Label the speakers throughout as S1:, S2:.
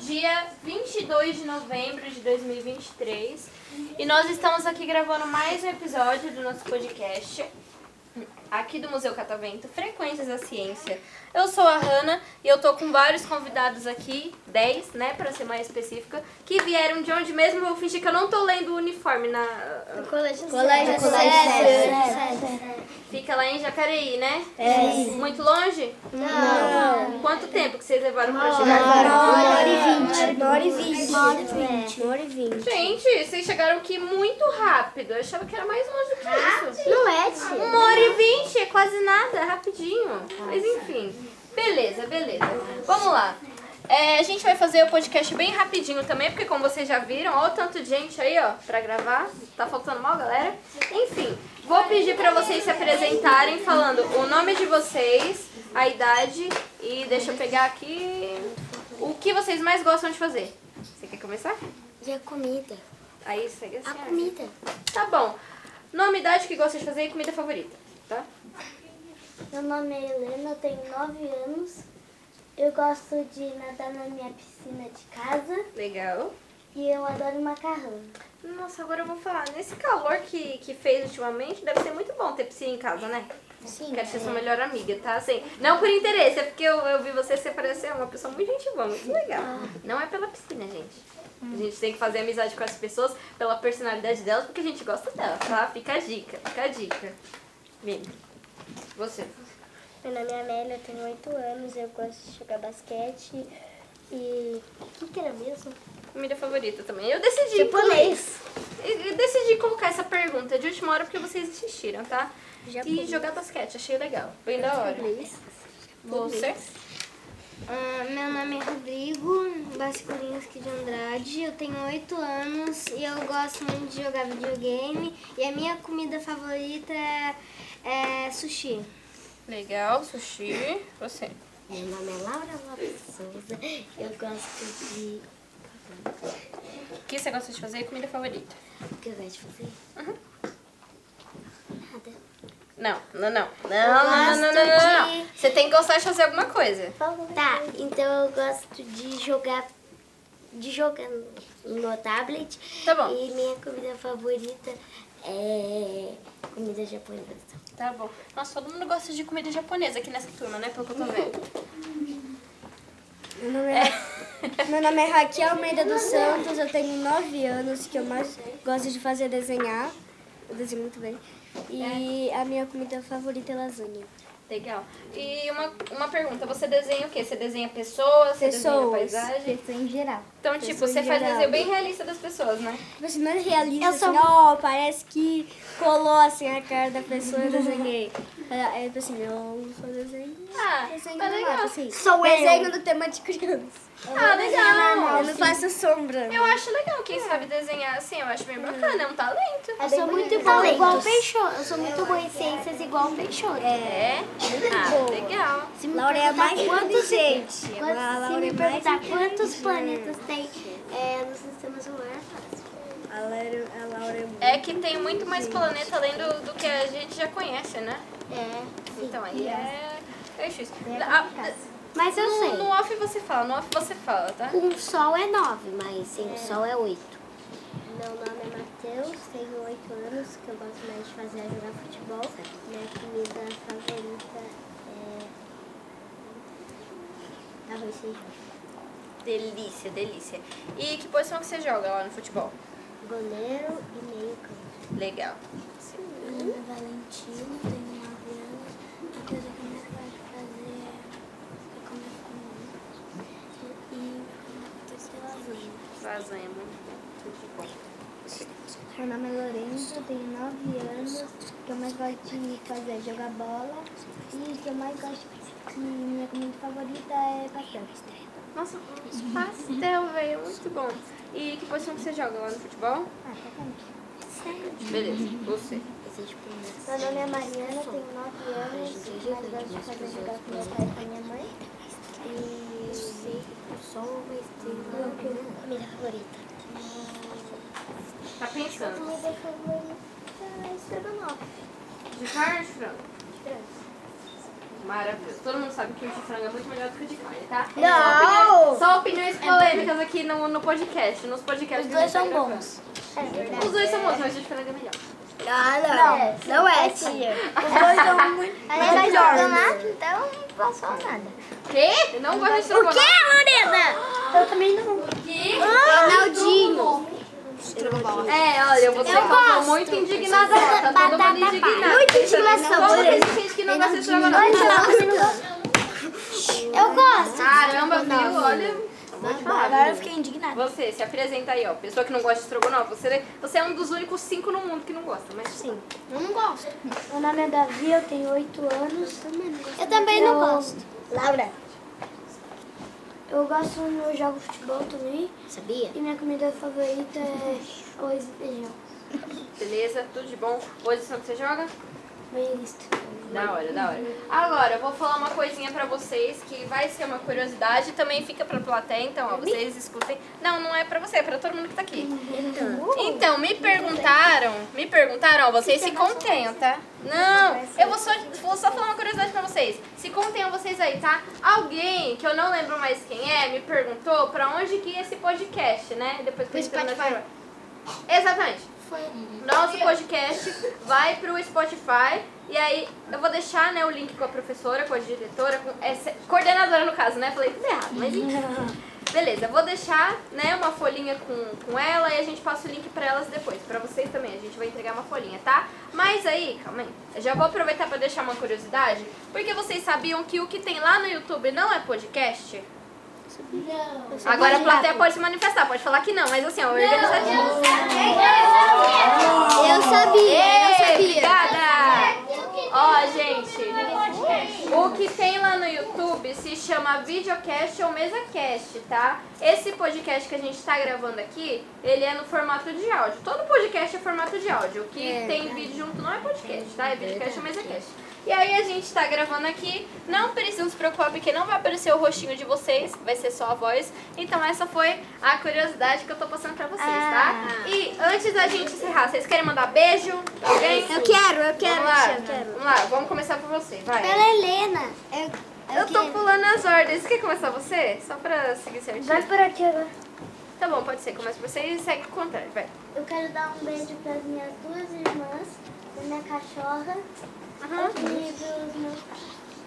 S1: Dia 22 de novembro de 2023 e nós estamos aqui gravando mais um episódio do nosso podcast aqui do Museu Catavento, Frequências da Ciência. Eu sou a Hanna e eu tô com vários convidados aqui, 10, né, pra ser mais específica, que vieram de onde mesmo eu fingi que eu não tô lendo o uniforme na
S2: Colégio
S3: Colégio
S2: César.
S3: César.
S1: fica lá em Jacareí, né? É. Muito longe?
S2: Não.
S1: Quanto tempo que vocês levaram pra chegar?
S3: Uma hora e vinte.
S2: Uma hora e é vinte.
S3: Uma hora e vinte.
S2: Uma hora e vinte.
S1: Gente, vocês chegaram aqui muito rápido. Eu achava que era mais longe que isso.
S2: Não é, tia?
S1: Uma hora e vinte, é quase nada, rapidinho. Mas enfim. Beleza, beleza. Vamos lá. É, a gente vai fazer o podcast bem rapidinho também, porque como vocês já viram, olha o tanto de gente aí, ó, pra gravar. Tá faltando mal, galera? Enfim, vou pedir pra vocês se apresentarem falando o nome de vocês, a idade e deixa eu pegar aqui o que vocês mais gostam de fazer. Você quer começar?
S2: E a comida?
S1: Aí segue assim.
S2: A comida.
S1: Tá bom. Nome, idade que gosta de fazer e comida favorita, tá?
S2: Meu nome é Helena, eu tenho nove anos. Eu gosto de nadar na minha piscina de casa
S1: Legal.
S2: e eu adoro macarrão.
S1: Nossa, agora eu vou falar. Nesse calor que, que fez ultimamente, deve ser muito bom ter piscina em casa, né?
S2: Sim.
S1: Quero ser sua melhor amiga, tá? Assim, não por interesse, é porque eu, eu vi você, você parece ser uma pessoa muito gente boa, muito legal.
S2: Ah.
S1: Não é pela piscina, gente. A gente tem que fazer amizade com as pessoas pela personalidade delas, porque a gente gosta delas, tá? Fica a dica, fica a dica. Vini, você.
S2: Meu nome é Amélia, eu tenho oito anos, eu gosto de jogar basquete e... O que que era mesmo?
S1: Comida favorita também. Eu decidi.
S2: Tipo Japonês.
S1: Eu eu decidi colocar essa pergunta de última hora porque vocês insistiram, tá? E jogar basquete, achei legal. Bem da hora. Você?
S2: Ah, meu nome é Rodrigo Basculinski de Andrade, eu tenho 8 anos e eu gosto muito de jogar videogame e a minha comida favorita é, é sushi.
S1: Legal, sushi. Você?
S2: Meu nome é Laura Lopes Souza, eu gosto de...
S1: O que você gosta de fazer e comida favorita?
S2: O que eu gosto de fazer? Nada.
S1: Não, não, não. Não, não, não, não, não, não, não. Você tem que gostar de fazer alguma coisa.
S2: Tá, então eu gosto de jogar de jogar no no tablet.
S1: Tá bom.
S2: E minha comida favorita é comida japonesa.
S1: Tá bom. Nossa, todo mundo gosta de comida japonesa aqui nessa turma, né? Pelo que eu tô vendo.
S3: Meu nome é, meu nome é Raquel Almeida dos Santos, eu tenho 9 anos, que eu mais gosto de fazer é desenhar. Eu desenho muito bem. E é a minha comida favorita é lasanha.
S1: Legal. E uma, uma pergunta, você desenha o quê? Você desenha pessoas? Você desenha
S3: Pessoas.
S1: paisagem?
S3: Pessoas em geral.
S1: Então, tipo, você faz desenho bem realista das pessoas, né?
S3: Tipo assim, não é realista,
S2: Eu
S3: assim,
S2: sou-
S3: ó, parece que colou assim a cara da pessoa eu desenhei. É, é, tipo assim, eu sou desenho.
S1: Ah,
S3: Desenho
S1: tá
S3: do
S1: legal.
S3: mato, assim.
S2: Sou eu.
S3: desenho do tema de criança. Assim.
S1: Ah, legal.
S3: Eu não faço sombra.
S1: Eu acho legal quem sabe desenhar assim, eu acho bem bacana, é um talento.
S2: Eu sou muito boa igual o Peixoto. Eu sou muito boa em ciências igual o Peixoto.
S1: É? Ah, legal.
S2: Se me
S3: Laura é a
S2: perguntar
S3: mais inteligente.
S2: quantos-
S3: A
S2: se
S3: Laura é
S2: me
S3: mais
S2: perguntar quantos planetas tem é, no sistema solar, eu faço.
S3: A Laura, a Laura é muito.
S1: É que tem muito mais planeta além do, do que a gente já conhece, né?
S2: É.
S1: Então aí é. É difícil. Ah,
S2: Mas eu
S1: no, no
S2: sei.
S1: off você fala, no off você fala, tá?
S2: Um sol é nove, mas sem sol é oito. Meu nome é Matheus, tenho oito anos, que eu gosto mais de fazer é jogar futebol. né?
S3: É
S2: Minha comida favorita é arroz e feijão.
S1: Delícia, delícia. E que posição que você joga lá no futebol?
S2: Goleiro e meio campo.
S1: Legal.
S2: Meu nome é Valentino, tenho 9 anos. A coisa que eu mais gosto de fazer é é comer comida e fazer lasanha.
S1: Lasanha, muito, muito bom.
S3: Meu nome é Lourenço, eu tenho 9 anos. O que eu mais gosto de fazer é jogar bola. E o que eu mais gosto de minha comida favorita é pastel.
S1: Nossa, um pastel, velho, muito bom. E que posição que você joga lá no futebol?
S2: Ah, tá
S1: Beleza, você.
S2: Meu nome é Mariana, tenho 9 anos. Eu gosto de fazer jogar com meu pai e com minha mãe. E um sou uma estrela. Minha comida favorita.
S1: Tá pensando.
S2: Comida favorita é estrogonofe.
S1: De carne ou de frango? Maravilhoso. Todo mundo sabe que o de frango é muito melhor do que o de carne, tá?
S3: Não!
S1: Só opiniões polêmicas aqui no, no podcast. Nos podcasts
S3: Os
S1: que a gente
S3: dois são
S1: tá gravando.
S3: bons.
S2: É verdade.
S1: Os dois são bons, mas o de frango é melhor.
S3: Ah, não. Não é, tia. Os dois são muito
S2: Ela vai
S3: melhor.
S2: estrogonofe, então não posso falar nada.
S1: Quê? Eu não gosto de estrogonofe.
S2: Lorena? Eu também não.
S1: Quê?
S2: Ronaldinho.
S1: É, olha, eu vou ser
S2: Eu
S1: uma
S2: gosto.
S1: muito indignada. Tá todo
S2: Batata
S1: mundo indignado.
S2: palha. Muita indignação,
S1: Como que
S2: Lorena.
S1: existe gente que não gosta de estrogonofe?
S2: Eu gosto.
S1: Caramba, viu? Olha... Vou te falar,
S3: Agora eu
S1: viu?
S3: fiquei indignada.
S1: Você, se apresenta aí, ó. Pessoa que não gosta de estrogonofe. Você, você é um dos únicos cinco no mundo que não gosta, mas sim.
S2: Eu não gosto.
S3: Meu nome é Davi, eu tenho 8 anos.
S2: Eu também não
S3: Eu-
S2: gosto.
S3: Laura. Eu gosto, eu jogo futebol também.
S2: Sabia?
S3: E minha comida favorita é arroz e feijão.
S1: Beleza? Tudo de bom? Hoje santo você joga?
S3: Bem listo.
S1: Da hora, da hora. Agora, eu vou falar uma coisinha pra vocês que vai ser uma curiosidade, também fica pra plateia, então, ó, vocês escutem. Não, não é pra você, é pra todo mundo que tá aqui. Então, me perguntaram, me perguntaram, ó, vocês se contenham, tá? Não, eu vou só, vou só falar uma curiosidade pra vocês. Se contenham vocês aí, tá? Alguém, que eu não lembro mais quem é, me perguntou pra onde que ia esse podcast, né? Depois que
S2: Pro
S1: eu terminar de
S2: Spotify.
S1: gravar. Exatamente. Nosso podcast vai pro Spotify e aí eu vou deixar né, o link com a professora, com a diretora, com essa coordenadora no caso, né? Falei tudo errado, mas enfim. Beleza, vou deixar né, uma folhinha com, com ela e a gente passa o link pra elas depois, pra vocês também. A gente vai entregar uma folhinha, tá? Mas aí, calma aí, eu já vou aproveitar pra deixar uma curiosidade, porque vocês sabiam que o que tem lá no YouTube não é podcast?
S2: Não.
S1: Agora a plateia pode se manifestar, pode falar que não, mas assim, ó, organizadinho.
S2: Eu sabia, eu
S1: Ei, tá
S2: sabia.
S1: Obrigada! Ó, gente, o que tem lá no YouTube se chama videocast ou mesacast, tá? Esse podcast que a gente tá gravando aqui, ele é no formato de áudio. Todo podcast é formato de áudio. O que tem vídeo junto não é podcast, tá? É videocast ou mesacast. E aí a gente tá gravando aqui. Não precisam se preocupar porque não vai aparecer o rostinho de vocês, vai ser só a voz. Então essa foi a curiosidade que eu tô passando pra vocês, tá? E antes da gente encerrar, vocês querem mandar beijo? Alguém?
S2: Eu quero, eu quero,
S1: Vamos lá,
S2: tia, eu quero.
S1: vamos lá, vamos começar por você, vai.
S2: Pela Helena. Eu,
S1: Eu tô pulando as ordens, quer começar você? Só pra seguir certinho.
S3: por aqui agora.
S1: Tá bom, pode ser, começa você e segue o contrário, vai.
S2: Eu quero dar um beijo para as minhas duas irmãs, da minha cachorra
S3: Ah.
S2: e dos meus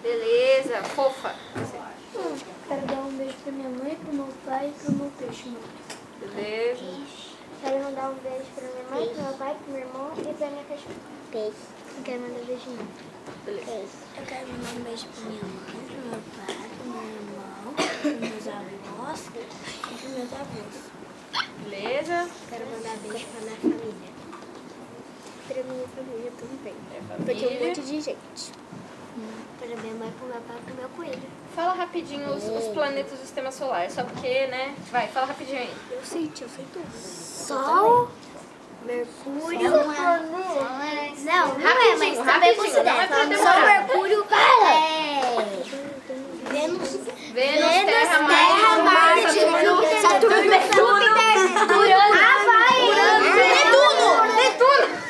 S1: Beleza, fofa.
S3: Quero dar um beijo pra minha mãe, pro meu pai e pro meu peixe, mano.
S1: Beleza.
S2: Quero mandar um beijo pra minha mãe, pro meu pai, pro meu irmão e pra minha cachorra. Beijo. Eu quero mandar um beijo não.
S1: Beleza.
S3: Eu quero mandar um beijo pra minha mãe, pro meu pai, pro meu irmão, pros meus avós e pros meus avós.
S1: Beleza.
S3: Quero mandar beijo pra minha família.
S2: Pra minha família também.
S3: Porque um
S1: Família.
S3: monte de gente.
S2: Pra minha mãe, pro meu pai, pro meu coelho.
S1: Fala rapidinho os, os planetas do sistema solar, só porque, né? Vai, fala rapidinho aí.
S3: Eu sei, eu sei tudo.
S2: Sol, Mercúrio, Não, não é, mas
S1: Rapidinho, rapidinho,
S2: também
S1: não é pra
S2: considera. Sol,
S1: demorar.
S2: Mercúrio, é... Vênus,
S1: Vênus, Terra,
S2: Terra,
S1: Marte,
S2: Marte, Júpiter, Saturno, Júpiter, Urano, Havaí, É
S1: É
S2: Netuno, Netuno.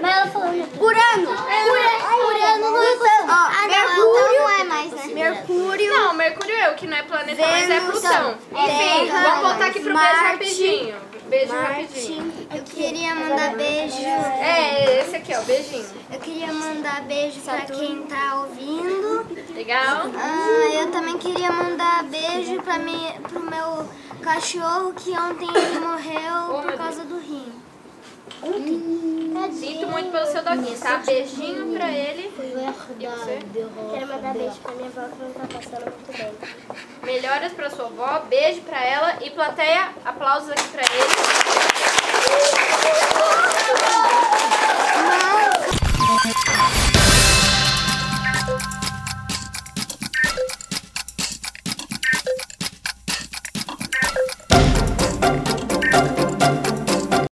S2: Mas ela falou Netuno. Urano,
S1: É
S2: Urano, Plutão. Ah, não, então não é mais, né? Mercúrio,
S1: Não, Mercúrio é o que não é planeta, mas é
S2: Vênus,
S1: Plutão.
S2: Terra,
S1: Enfim, vamos voltar aqui pro beijo
S2: Marte,
S1: rapidinho. Beijo rapidinho.
S2: Eu queria mandar beijo.
S1: É, esse aqui, ó, beijinho.
S2: Eu queria mandar beijo pra quem tá ouvindo.
S1: Legal?
S2: Ah, eu também queria mandar beijo pra mim, pro meu cachorro que ontem ele morreu por causa do rim.
S1: Sinto muito pelo seu doguinho, tá? Beijinho pra ele. E você?
S2: Quero mandar beijo pra minha avó que não tá passando muito bem.
S1: Melhoras pra sua avó, beijo pra ela. E plateia, aplausos aqui pra ele.